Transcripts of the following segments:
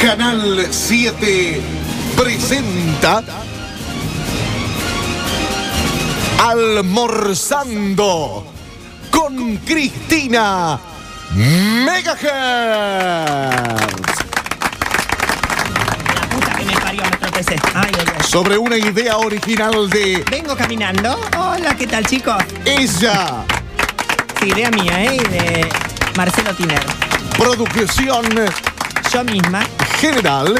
Canal 7 presenta Almorzando con Cristina Megahertz. La puta que me parió, me tropecé. Ay, ay, ay. Sobre una idea original de Vengo caminando. Hola, ¿qué tal, chicos? ella. Sí, idea mía, ¿eh? Y De Marcelo Tiner. Producción Yo misma. general.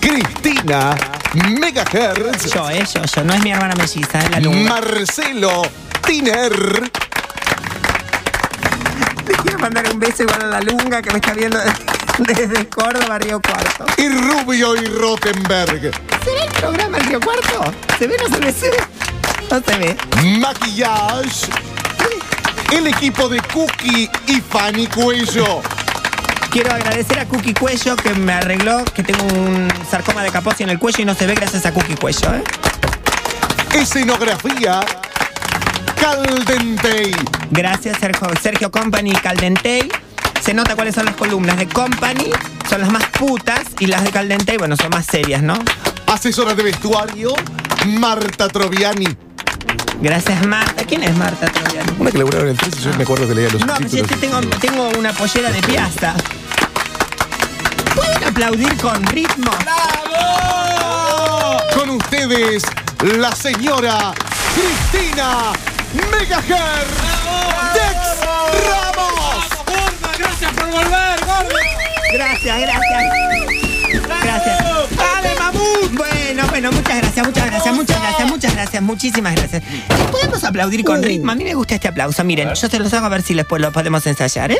Cristina Megahertz. Yo, ¿eh? Yo, yo. No es mi hermana melliza, es la luna. Marcelo Tiner. Te quiero mandar un beso igual a la lunga que me está viendo desde Córdoba, Río Cuarto. y Rubio y Rottenberg. ¿Se ve el programa en Río Cuarto? ¿Se ve o no se ve? ¿Se ve? No se ve. Maquillage. El equipo de Cookie y Fanny Cuello. Quiero agradecer a Cookie Cuello que me arregló que tengo un sarcoma de Kaposi en el cuello y no se ve gracias a Cookie Cuello, ¿eh? Escenografía. Caldentey. Gracias, Sergio, Sergio Company y Caldentey. Se nota cuáles son las columnas de Company, son las más putas, y las de Caldentey, bueno, son más serias, ¿no? Asesora de vestuario. Marta Troviani. Gracias, Marta. ¿Quién es Marta todavía? Una que laburaba en el 13, yo me acuerdo que leía los No, yo te- tengo, tengo una pollera de piasta. ¿Pueden aplaudir con ritmo? Con ustedes, la señora Cristina Megaher Dex Ramos. Gorda, gracias por volver, gordo. Gracias, gracias. Gracias. Dale, mamut. Bueno, bueno, muchas gracias, muchas gracias, muchas gracias, muchas gracias, muchísimas gracias. ¿Podemos aplaudir con ritmo? A mí me gusta este aplauso. Miren, yo se los hago a ver si después lo podemos ensayar, ¿eh?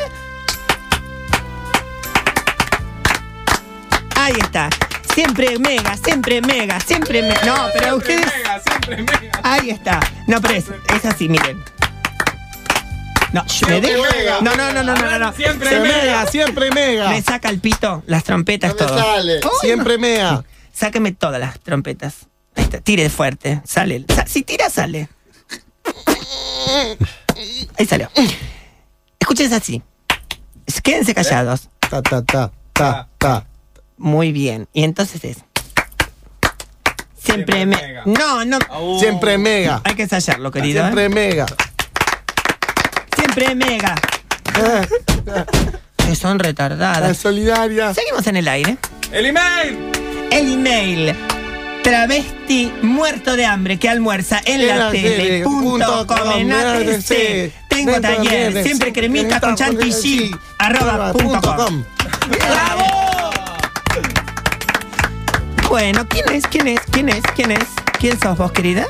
Ahí está. Siempre mega, siempre mega, siempre mega. No, pero ustedes. Mega, siempre mega. Ahí está. No, pero es, es así, miren. No, me de- mega. No, no, no, no, no, no, no. Siempre Se me- mega, siempre mega. Me saca el pito, las trompetas, todo. Ay, Siempre mea. Sáqueme todas las trompetas. Ahí está, tire fuerte. Sale. Sa- si tira, sale. Ahí salió. Escuchen así. Es- ¿Eh? Quédense callados. Ta, ta, ta, ta, ta. Muy bien. Y entonces es. Siempre Siempre me. pega. No, no. Au. Siempre mega. Hay que ensayarlo, querido. ¿eh? Siempre mega. Siempre mega. Eh, Que son la retardadas. solidaria. Seguimos en el aire. El email. El email. Travesti muerto de hambre que almuerza en la, tele. punto com en ATC. Tengo taller, siempre cremita con chantilly. Arroba punto com. Bueno, ¿quién es? ¿Quién es? ¿Quién es? ¿Quién es? ¿Quién sos vos, querida?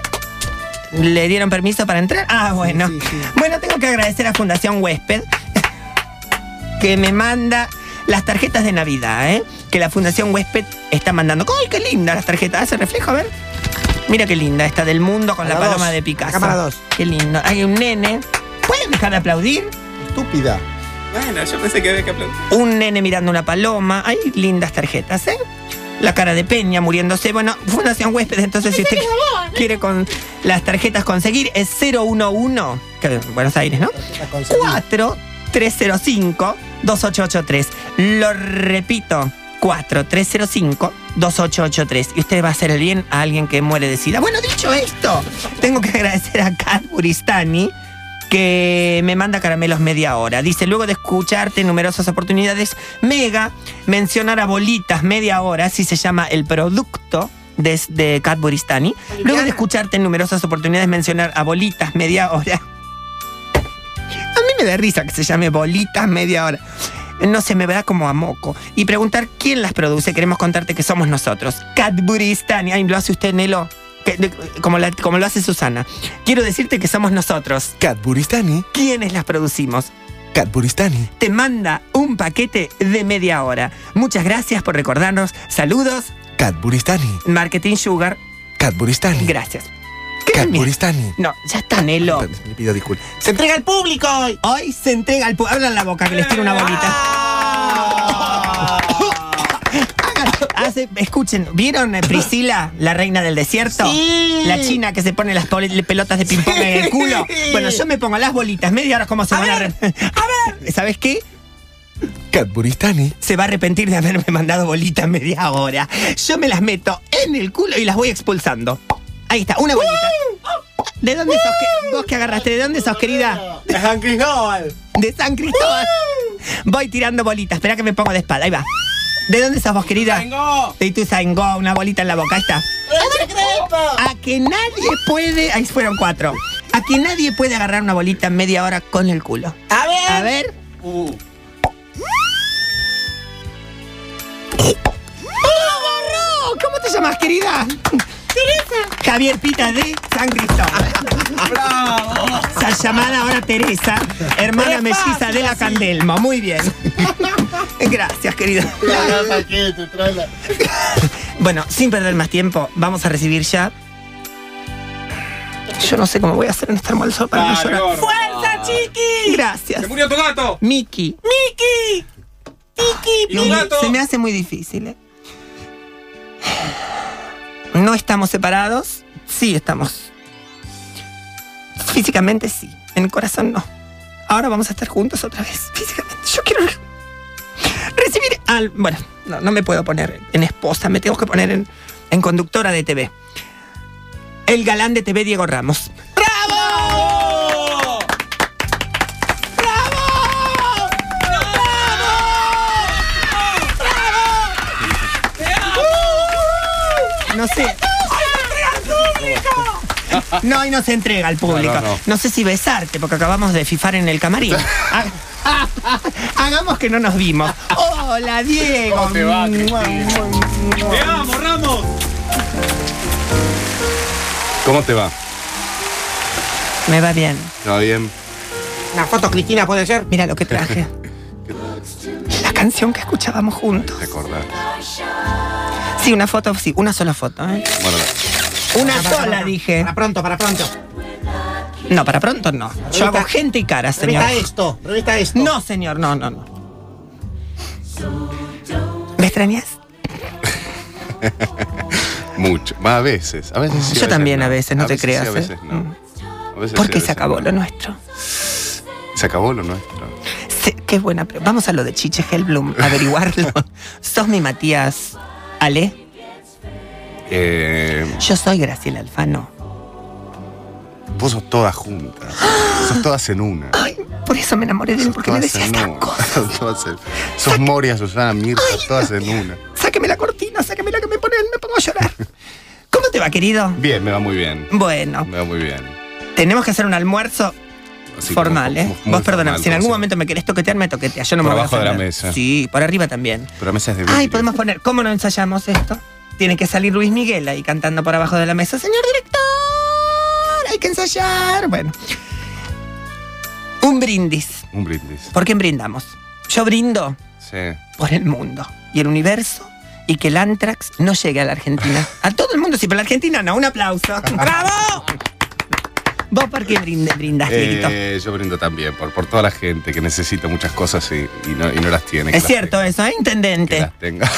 ¿Le dieron permiso para entrar? Ah, bueno. sí, sí. Bueno, tengo que agradecer a Fundación Huésped que me manda las tarjetas de Navidad, ¿eh? Que la Fundación Huésped está mandando. ¡Ay, qué linda las tarjetas! ¿Hace reflejo? A ver. Mira qué linda, está del mundo con la, Para dos. paloma de Picasso. Cámara dos. Qué lindo. Hay un nene. ¿Pueden dejar de aplaudir? Estúpida. Bueno, yo pensé que había que aplaudir. un nene mirando una paloma. Hay lindas tarjetas, ¿eh? La cara de Peña muriéndose. Bueno, Fundación Huésped, entonces si usted quiere con las tarjetas conseguir, es 011, que Buenos Aires, ¿no? 4-305-2883. Lo repito, 4-305-2883. Y usted va a hacer el bien a alguien que muere de sida. Bueno, dicho esto, tengo que agradecer a Cadburistani que me manda caramelos media hora. Dice, luego de escucharte en numerosas oportunidades, Mega mencionar a Bolitas media hora, así se llama el producto desde Cadburistani. Luego de escucharte en numerosas oportunidades mencionar a Bolitas media hora. A mí me da risa que se llame Bolitas media hora. No sé, me da como a moco. Y preguntar quién las produce, queremos contarte que somos nosotros. Cadburistani. Ay, lo hace usted, Nelo. Que- de- Como, la- como lo hace Susana. Quiero decirte que somos nosotros Cadburistani, quiénes las producimos. Cadburistani. Te manda un paquete de media hora. Muchas gracias por recordarnos. Saludos, Cadburistani, Marketing Sugar. Cadburistani. Gracias. mierda? Cadburistani. No, ya está, Nelo. Le pido disculpas. Se entrega al público hoy. Hoy se entrega al pueblo. Hablan la boca, que les tiro una Ah. bolita. Ah, Hace- escuchen, ¿vieron eh, Priscila, la reina del desierto? La china que se pone las pol- pelotas de ping-pong en el culo. Bueno, yo me pongo las bolitas, media hora como se van a. ver, a ver. ¿Sabes qué? Cadburistani. se va a arrepentir de haberme mandado bolitas media hora. Yo me las meto en el culo y las voy expulsando. Ahí está, una bolita. ¿De dónde sos, que- vos que agarraste? ¿De dónde sos, querida? De San Cristóbal. De San Cristóbal. Voy tirando bolitas. Espera que me pongo de espalda. Ahí va. ¿De dónde sos vos, querida? Vengo. De Ituzaingó, una bolita en la boca. Ahí está. A que nadie puede. Ahí fueron cuatro. A que nadie puede agarrar una bolita media hora con el culo. A ver. A ver. Uh. ¡Oh, ¿Cómo te llamas, querida? Teresa. Javier Pita de San Cristóbal. Bravo. Esa llamada ahora Teresa, hermana Es melliza fácil de la así. Candelmo. Muy bien. Gracias, querida. Bueno, sin perder más tiempo, vamos a recibir ya. Yo no sé cómo voy a hacer en este almuerzo para no Dale, llorar. gordo. ¡Fuerza, chiqui! Gracias. Se murió tu gato. Miki. ¡Miki! Y un gato. Se me hace muy difícil, ¿eh? No estamos separados. Sí, estamos. Físicamente sí. En el corazón no. Ahora vamos a estar juntos otra vez. Físicamente. Yo quiero re- recibir al. Bueno, no, no me puedo poner en esposa. Me tengo que poner en, en conductora de TV. El galán de TV, Diego Ramos. ¡Bravo! ¡Bravo! No sé. No, y no se entrega al público. No, No, no, no. sé si besarte, porque acabamos de fifar en el camarín. Ha- Hagamos que no nos vimos. Oh. Hola, Diego. ¿Cómo te va, Mua, Cristina? mua, mua. ¡Te amo, Ramos! ¿Cómo te va? Me va bien. ¿Todo bien? Una foto, Cristina, puede ser. Mira lo que traje. La canción que escuchábamos juntos. ¿Te acordás? Sí, una foto, sí, una sola foto. ¿eh? Bueno, Una sola, dije. Para pronto, para pronto. No, para pronto no. Yo hago gente y cara, señor. Revista esto, revista esto. No, señor, no, no, no. ¿Me extrañas? mucho. Va a veces. A veces sí, Yo también no. a veces, no te sí, creas, a ¿eh? veces no. A veces ¿Por sí, a qué veces se acabó no. lo nuestro? Se acabó lo nuestro. Se- qué buena pregunta. Vamos a lo de Chiche Hellblum, averiguarlo. ¿Sos mi Matías Ale? Eh, Yo soy Graciela Alfano. vos sos todas juntas. Sos todas en una. Ay, por eso me enamoré de él, Sos porque me todas decía en estas una. cosas. Sos todas en- Sos Moria, Susana, Mirta, todas en una. Sáqueme la cortina, sáqueme la que me ponen, me pongo a llorar. ¿Cómo te va, querido? Bien, me va muy bien. Bueno, Me va muy bien. tenemos que hacer un almuerzo Así como- formal, ¿eh? como- muy Vos perdoname, formal, si en algún como momento me querés toquetear, me toqueteas. Yo no Por me voy a abajo de la ofender. mesa. Sí, por arriba también. siempre. Pero mesas de Ay, vidrio. podemos poner, ¿cómo no ensayamos esto? Tiene que salir Luis Miguel ahí cantando por abajo de la mesa. Señor director, hay que ensayar. Bueno. Un brindis. Un brindis. ¿Por quién brindamos? Yo brindo Sí. por el mundo y el universo y que el Antrax no llegue a la Argentina. A todo el mundo, sí, pero a la Argentina no. Un aplauso. ¡Bravo! ¿Vos por qué brinde- brindas, Dieguito? Eh, yo brindo también por, por toda la gente que necesita muchas cosas y, y no, y no las tiene. que Es las cierto tenga, eso, ¿eh, que intendente? las tenga.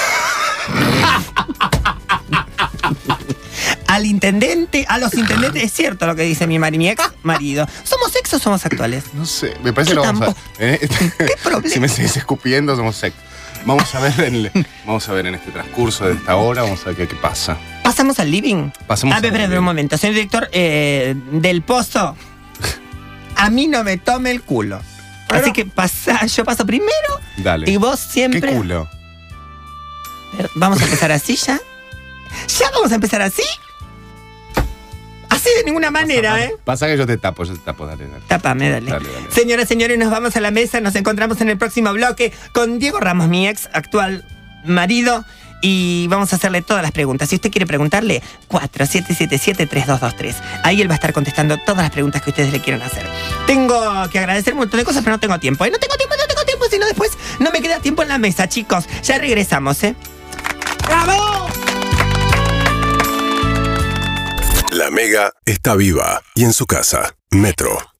Al intendente, a los intendentes, es cierto lo que dice mi, mari- mi ex marido. ¿Somos ex o somos actuales? No sé, me parece que Yo lo vamos tampoco. a. eh, problema? si me seguís escupiendo, somos sec. Vamos a ver en, vamos a ver en este transcurso de esta hora, vamos a ver qué, qué pasa. Pasamos al living. Pasamos a ver, al espera, living. un momento. Señor director eh, del pozo, a mí no me tome el culo. Así que pasa, yo paso primero Dale. y vos ¿Qué siempre. culo? Pero, Vamos a empezar así ya. Ya vamos a empezar así. Así de ninguna manera, ¿eh? Pasa que yo te tapo, yo te tapo, dale, dale. Tapame, dale. Dale, dale. Señoras, señores, nos vamos a la mesa. Nos encontramos en el próximo bloque con Diego Ramos, mi ex actual marido. Y vamos a hacerle todas las preguntas. Si usted quiere preguntarle, 4777-3223. Ahí él va a estar contestando todas las preguntas que ustedes le quieran hacer. Tengo que agradecer un montón de cosas, pero no tengo tiempo. ¿eh? No tengo tiempo, no tengo tiempo, sino después no me queda tiempo en la mesa, chicos. Ya regresamos, ¿eh? ¡Bravo! La Mega está viva y en su casa. Metro